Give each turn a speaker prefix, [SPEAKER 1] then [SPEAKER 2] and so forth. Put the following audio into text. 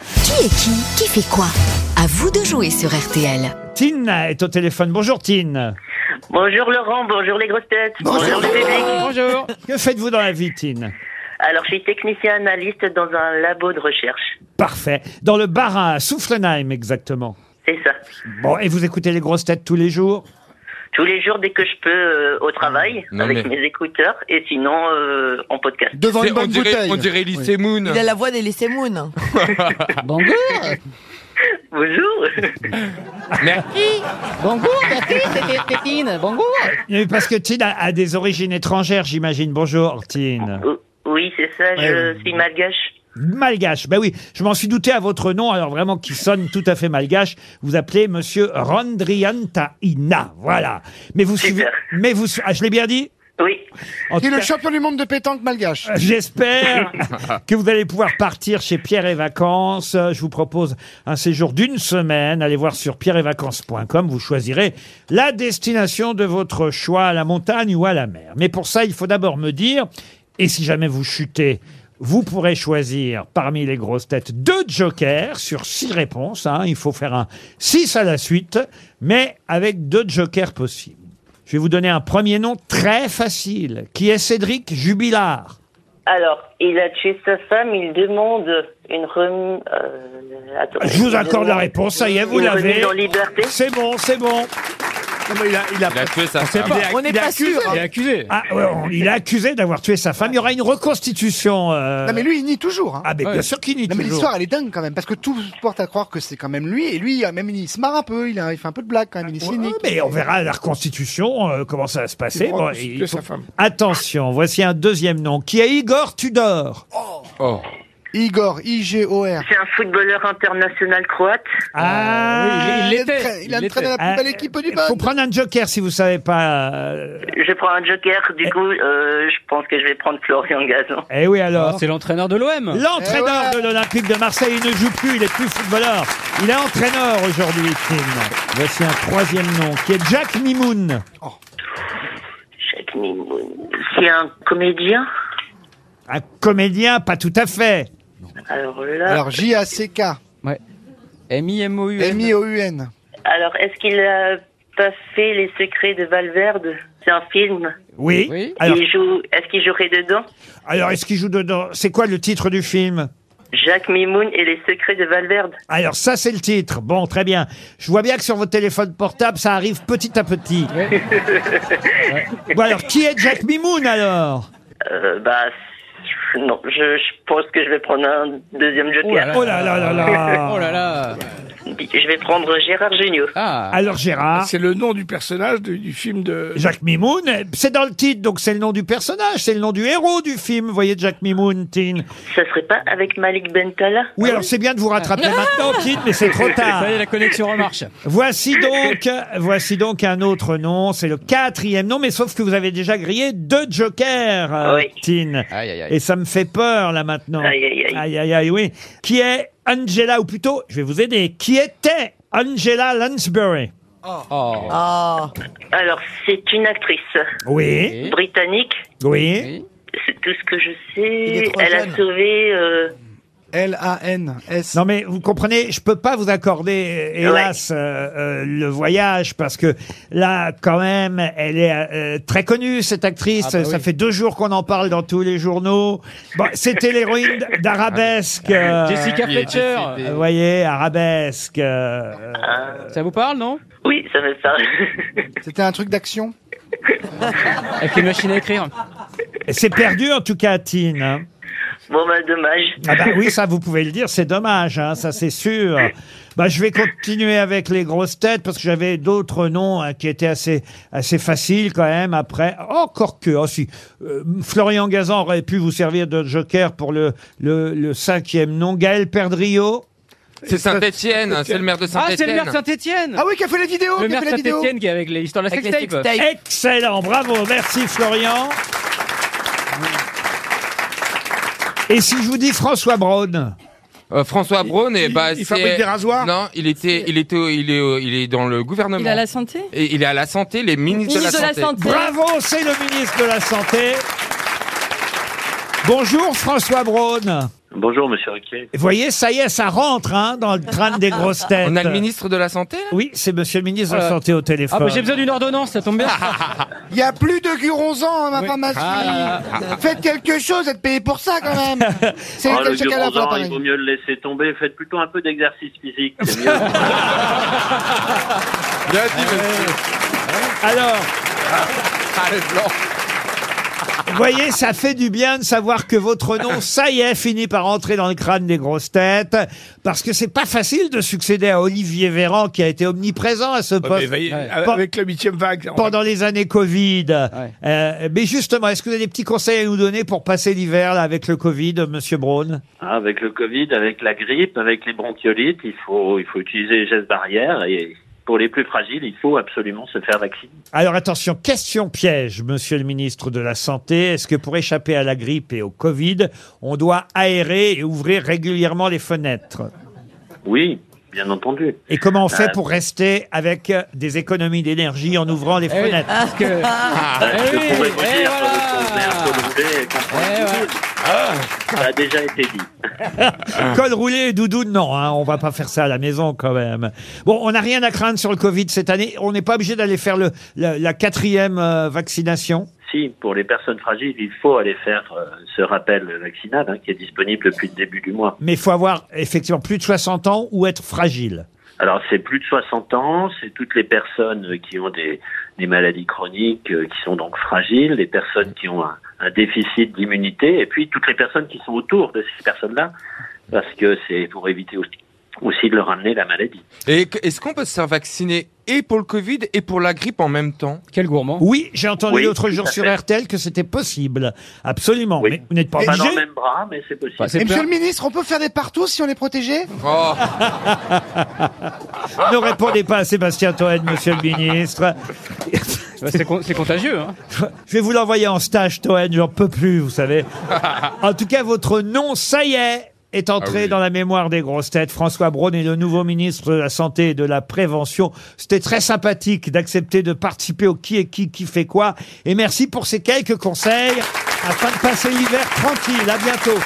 [SPEAKER 1] Qui est qui Qui fait quoi À vous de jouer sur RTL.
[SPEAKER 2] Tine est au téléphone. Bonjour Tine.
[SPEAKER 3] Bonjour Laurent, bonjour les grosses têtes, bonjour, le public.
[SPEAKER 2] Bonjour. Que faites-vous dans la vie, Tine
[SPEAKER 3] Alors je suis technicien analyste dans un labo de recherche,
[SPEAKER 2] Parfait. Dans le bar à Soufflenheim, exactement.
[SPEAKER 3] c'est ça.
[SPEAKER 2] Bon, et vous écoutez les grosses têtes tous les jours
[SPEAKER 3] Tous les jours dès que je peux euh, au travail
[SPEAKER 4] Non,
[SPEAKER 3] avec
[SPEAKER 4] mais-
[SPEAKER 3] mes écouteurs et sinon euh, en podcast.
[SPEAKER 5] Devant
[SPEAKER 4] C'est-
[SPEAKER 5] une bonne
[SPEAKER 4] on, dirait,
[SPEAKER 5] bouteille.
[SPEAKER 4] on dirait Elise Moon.
[SPEAKER 6] Il a la voix des Laissez Moon.
[SPEAKER 3] Bonjour
[SPEAKER 4] Mais
[SPEAKER 7] Bonjour, merci, c'était Tétine. Bonjour.
[SPEAKER 2] Et Parce que Tine a, a des origines étrangères, j'imagine. Bonjour Tine.
[SPEAKER 3] O- Oui c'est ça, je suis malgache.
[SPEAKER 2] Malgache. Ben oui, je m'en suis douté à votre nom, alors vraiment qui sonne tout à fait malgache. Vous appelez Monsieur Rondriantaina. Voilà. Mais vous suivez.
[SPEAKER 3] Super.
[SPEAKER 2] Mais vous. su- Ah, je l'ai bien dit
[SPEAKER 3] Oui,
[SPEAKER 2] En
[SPEAKER 5] Qui est
[SPEAKER 2] tout
[SPEAKER 5] le
[SPEAKER 2] cas-
[SPEAKER 5] champion du monde de pétanque malgache.
[SPEAKER 2] J'espère que vous allez pouvoir partir chez Pierre et Vacances. Euh, Je vous propose un séjour d'une semaine. Allez voir sur pierreetvacances.com. Vous choisirez la destination de votre choix, à la montagne ou à la mer. Mais pour ça, il faut d'abord me dire, et si jamais vous chutez, vous pourrez choisir parmi les grosses têtes deux jokers sur six réponses. hein. Il faut faire un six à la suite, mais avec deux jokers possibles. Je vais vous donner un premier nom très facile, qui est Cédric Jubilard.
[SPEAKER 3] alors il a tué sa femme, il demande une remise... euh, attends.
[SPEAKER 2] Je vous accorde la réponse, ça y est, vous
[SPEAKER 3] Une
[SPEAKER 2] l'avez.
[SPEAKER 3] remise en liberté
[SPEAKER 2] C'est bon, c'est bon.
[SPEAKER 4] il a tué sa
[SPEAKER 5] C'est
[SPEAKER 4] femme.
[SPEAKER 5] pas-
[SPEAKER 6] On n'est pas sûr. hein.
[SPEAKER 5] accusé.
[SPEAKER 2] Ah, ouais, on- il est accusé d'avoir tué sa femme. Il y aura une reconstitution. euh,
[SPEAKER 5] Non mais lui il nie toujours. hein.
[SPEAKER 2] Ah, mais bien sûr qu'il nie
[SPEAKER 5] Non mais
[SPEAKER 2] toujours.
[SPEAKER 5] l'histoire elle est dingue quand même parce que tout porte à croire que c'est quand même lui et lui même il se marre un peu, il, a- il fait un peu de blague quand même, il est
[SPEAKER 2] Ouais,
[SPEAKER 5] cynique.
[SPEAKER 2] mais on verra à la reconstitution euh, comment ça va se passer.
[SPEAKER 5] Il aura
[SPEAKER 2] il
[SPEAKER 5] reconstitué sa femme.
[SPEAKER 2] Attention, voici un deuxième nom qui est Igor Tudor.
[SPEAKER 4] Oh.
[SPEAKER 5] Igor I G O R.
[SPEAKER 3] C'est un footballeur international croate.
[SPEAKER 2] Ah,
[SPEAKER 5] Il, a tra- il a entraîné la plus belle
[SPEAKER 2] Ah,
[SPEAKER 5] équipe du
[SPEAKER 2] faut
[SPEAKER 5] monde.
[SPEAKER 2] prendre un joker si vous savez pas. euh,
[SPEAKER 3] Je prends un joker, du coup euh, je pense que je vais prendre Florian Gazan.
[SPEAKER 2] Eh oui alors.
[SPEAKER 8] Ah, C'est l'entraîneur de l'OM.
[SPEAKER 2] L'entraîneur
[SPEAKER 5] Eh ouais.
[SPEAKER 2] de l'Olympique de Marseille, il ne joue plus, il est plus footballeur. Il est entraîneur aujourd'hui, Tim. Voici un troisième nom qui est Jack Mimoun.
[SPEAKER 3] Jack Mimoun. C'est un comédien
[SPEAKER 2] Un comédien, pas tout à fait.
[SPEAKER 3] Alors là. Alors,
[SPEAKER 5] Alors J A C K
[SPEAKER 8] M-I-M-O-U.
[SPEAKER 5] M I O U N.
[SPEAKER 3] est-ce qu'il a pas fait Les Secrets de Valverde C'est un film.
[SPEAKER 2] Oui.
[SPEAKER 8] Oui.
[SPEAKER 2] Alors,
[SPEAKER 3] Il joue. Est-ce qu'il jouerait dedans
[SPEAKER 2] alors est-ce qu'il joue dedans C'est quoi le titre du film
[SPEAKER 3] Jacques Mimoun et Les Secrets de Valverde.
[SPEAKER 2] Alors ça, c'est le titre. Bon, très bien. Je vois bien que sur votre téléphone portable, ça arrive petit à petit. Bon alors, qui est Jack Mimoun alors
[SPEAKER 3] Euh, bah non, je, je pense que je vais prendre un deuxième joker.
[SPEAKER 8] Oh là là.
[SPEAKER 2] Oh là là là là.
[SPEAKER 8] Oh là là.
[SPEAKER 3] Je vais prendre Gérard Jugnot.
[SPEAKER 8] Ah.
[SPEAKER 2] Alors Gérard.
[SPEAKER 9] C'est le nom du personnage du, du film de.
[SPEAKER 2] Jacques Mimoun, c'est dans le titre, donc c'est le nom du personnage, c'est le nom du héros du film, vous voyez, Jacques Mimoun, Tine.
[SPEAKER 3] Ça serait pas avec Malik Bentala
[SPEAKER 2] Oui, alors c'est bien de vous rattraper maintenant, Tine, mais c'est trop tard.
[SPEAKER 8] Ça y est, la connexion remarche.
[SPEAKER 2] Voici donc, voici donc un autre nom, c'est le quatrième nom, mais sauf que vous avez déjà grillé deux jokers, euh,
[SPEAKER 3] Oui.
[SPEAKER 2] Tine.
[SPEAKER 4] Aïe, aïe, aïe.
[SPEAKER 2] Et ça me fait peur, là, maintenant.
[SPEAKER 3] Aïe, aïe, aïe.
[SPEAKER 2] Aïe, aïe, aïe, oui. Qui est Angela, ou plutôt, je vais vous aider, qui était Angela Lansbury
[SPEAKER 8] Oh.
[SPEAKER 6] Ah.
[SPEAKER 3] Alors, c'est une actrice
[SPEAKER 2] Oui,
[SPEAKER 3] britannique.
[SPEAKER 2] oui.
[SPEAKER 3] C'est tout ce que je
[SPEAKER 6] Il
[SPEAKER 3] sais.
[SPEAKER 6] est trop
[SPEAKER 3] Elle a
[SPEAKER 6] jeune.
[SPEAKER 3] sauvé. euh,
[SPEAKER 5] L A N S.
[SPEAKER 2] Non mais vous comprenez, je peux pas vous accorder, euh, hélas, euh, euh, le voyage parce que là, quand même, elle est euh, très connue cette actrice.
[SPEAKER 8] Ah bah
[SPEAKER 2] Ça
[SPEAKER 8] oui.
[SPEAKER 2] fait deux jours qu'on en parle dans tous les journaux. Bon, c'était l'héroïne d'Arabesque. euh,
[SPEAKER 8] Ah Jessica
[SPEAKER 4] Il est
[SPEAKER 8] Fletcher.
[SPEAKER 4] décédé.
[SPEAKER 2] Vous voyez, Arabesque. euh,
[SPEAKER 8] Ça vous parle, non
[SPEAKER 3] Oui, ça me parle.
[SPEAKER 5] C'était un truc d'action.
[SPEAKER 8] Avec les machines à écrire.
[SPEAKER 2] c'est perdu en tout cas, Tine. hein.
[SPEAKER 3] bon, bah, dommage.
[SPEAKER 2] Ah bah oui, ça vous pouvez le dire, c'est dommage, hein, ça c'est sûr. Bah, je vais continuer avec les grosses têtes parce que j'avais d'autres noms hein, qui étaient assez, assez faciles quand même après. Encore que, oh, si, euh, Florian Gazan aurait pu vous servir de joker pour le, le, le cinquième nom. Gaël Perdrio
[SPEAKER 4] C'est Saint-Etienne, c'est le maire de
[SPEAKER 8] Ah, c'est le
[SPEAKER 4] Saint-Etienne.
[SPEAKER 8] maire de Saint-Etienne.
[SPEAKER 5] Ah oui, qui a fait la vidéo,
[SPEAKER 8] Le
[SPEAKER 5] qui a
[SPEAKER 8] maire
[SPEAKER 5] fait
[SPEAKER 8] de
[SPEAKER 5] la vidéo.
[SPEAKER 8] Saint-Etienne qui est avec les- l'histoire de la
[SPEAKER 6] Avec les
[SPEAKER 8] sextape.
[SPEAKER 6] sextapes.
[SPEAKER 2] Excellent, bravo, merci Florian. Et si je vous dis François Braun
[SPEAKER 4] Euh, François Braun, et
[SPEAKER 9] il-
[SPEAKER 4] bah,
[SPEAKER 9] il
[SPEAKER 4] c'est-
[SPEAKER 9] fabrique des rasoirs
[SPEAKER 4] Non, il était, il était, au- il est, au- il est dans le gouvernement.
[SPEAKER 7] Il a la santé
[SPEAKER 4] Et il est à la santé, les ministres
[SPEAKER 7] Ministre de la Santé.
[SPEAKER 2] Bravo, c'est le ministre de la Santé. Bonjour François Braun.
[SPEAKER 10] Bonjour, monsieur Riquet.
[SPEAKER 2] Vous voyez, ça y est, ça rentre hein, dans le crâne des grosses têtes.
[SPEAKER 4] On a le ministre de la Santé là
[SPEAKER 2] Oui, c'est monsieur le ministre de la
[SPEAKER 8] Euh,
[SPEAKER 2] Santé au téléphone.
[SPEAKER 8] Ah, bah, j'ai besoin d'une ordonnance, ça tombe bien.
[SPEAKER 5] Il y a plus de guronzans hein, ma pharmacie. Faites quelque chose, êtes payé pour ça quand même. C'est
[SPEAKER 10] Oh, le
[SPEAKER 5] chèque à la fin,
[SPEAKER 10] Duranzan, il
[SPEAKER 5] pareil.
[SPEAKER 10] vaut mieux le laisser tomber. Faites plutôt un peu d'exercice physique, c'est mieux.
[SPEAKER 4] Bien dit, monsieur.
[SPEAKER 2] Alors,
[SPEAKER 4] Ah, le blanc.
[SPEAKER 2] vous voyez, ça fait du bien de savoir que votre nom, ça y est, finit par entrer dans le crâne des grosses têtes, parce que c'est pas facile de succéder à Olivier Véran qui a été omniprésent à ce
[SPEAKER 9] Ouais, mais
[SPEAKER 2] poste.
[SPEAKER 9] voyez,
[SPEAKER 8] Ouais.
[SPEAKER 9] Avec la huitième vague. on-
[SPEAKER 2] pendant les années Covid. Euh, mais justement, est-ce que vous avez des petits conseils à nous donner pour passer l'hiver là, avec le Covid, Monsieur Braun
[SPEAKER 10] Ah, avec le Covid, avec la grippe, avec les bronchiolites, il faut, il faut utiliser les gestes barrières et pour les plus fragiles, il faut absolument se faire vacciner.
[SPEAKER 2] Alors attention, question piège, Monsieur le ministre de la Santé. Est-ce que pour échapper à la grippe et au Covid, on doit aérer et ouvrir régulièrement les fenêtres
[SPEAKER 10] Oui, bien entendu.
[SPEAKER 2] Et comment on fait
[SPEAKER 10] Euh.
[SPEAKER 2] pour rester avec euh, des économies d'énergie en ouvrant les
[SPEAKER 8] Eh oui,
[SPEAKER 2] fenêtres
[SPEAKER 8] parce que.
[SPEAKER 10] Ah,
[SPEAKER 8] Eh
[SPEAKER 10] je
[SPEAKER 8] oui,
[SPEAKER 10] pourrais vous
[SPEAKER 8] eh
[SPEAKER 10] dire
[SPEAKER 8] voilà.
[SPEAKER 10] que le tonnerre, que le boulet est
[SPEAKER 8] Eh
[SPEAKER 10] compréhensible.
[SPEAKER 8] ouais.
[SPEAKER 10] Ça a déjà été dit.
[SPEAKER 8] Ah.
[SPEAKER 2] Col roulé et doudoune, non, hein, on va pas faire ça à la maison quand même. Bon, on n'a rien à craindre sur le Covid cette année. On n'est pas obligé d'aller faire le, la, la quatrième euh, vaccination.
[SPEAKER 10] Si, pour les personnes fragiles, il faut aller faire euh, ce rappel vaccinal hein, qui est disponible depuis le début du mois.
[SPEAKER 2] Mais il faut avoir effectivement plus de 60 ans ou être fragile.
[SPEAKER 10] Alors, c'est plus de 60 ans, c'est toutes les personnes euh, qui ont des, des maladies chroniques, euh, qui sont donc fragiles, les personnes qui ont un, un déficit d'immunité, et puis toutes les personnes qui sont autour de ces personnes-là, parce que c'est pour éviter aussi, aussi de leur amener la maladie.
[SPEAKER 4] Et que- est-ce qu'on peut se faire vacciner et pour le Covid et pour la grippe en même temps
[SPEAKER 8] Quel gourmand.
[SPEAKER 2] Oui, j'ai entendu
[SPEAKER 10] Oui,
[SPEAKER 2] l'autre
[SPEAKER 10] tout
[SPEAKER 2] jour
[SPEAKER 10] à
[SPEAKER 2] sur
[SPEAKER 10] fait.
[SPEAKER 2] RTL que c'était possible. Absolument.
[SPEAKER 10] Oui.
[SPEAKER 2] Mais vous n'êtes pas
[SPEAKER 10] Pas dans
[SPEAKER 2] obligé.
[SPEAKER 10] le même bras, mais c'est possible.
[SPEAKER 8] Bah, c'est
[SPEAKER 5] Et monsieur
[SPEAKER 8] plein.
[SPEAKER 5] le ministre, on peut faire des partout si on est protégé
[SPEAKER 4] Oh,
[SPEAKER 2] Ne répondez pas à Sébastien Toen, monsieur le ministre.
[SPEAKER 8] Bah, c'est con- c'est contagieux. Hein.
[SPEAKER 2] Je vais vous l'envoyer en stage, Toen, j'en peux plus, vous savez. En tout cas, votre nom, ça y est, est entré
[SPEAKER 4] Ah oui.
[SPEAKER 2] dans la mémoire des grosses têtes. François Braun est le nouveau ministre de la Santé et de la Prévention. C'était très sympathique d'accepter de participer au qui est qui, qui fait quoi. Et merci pour ces quelques conseils afin de passer l'hiver tranquille. À bientôt.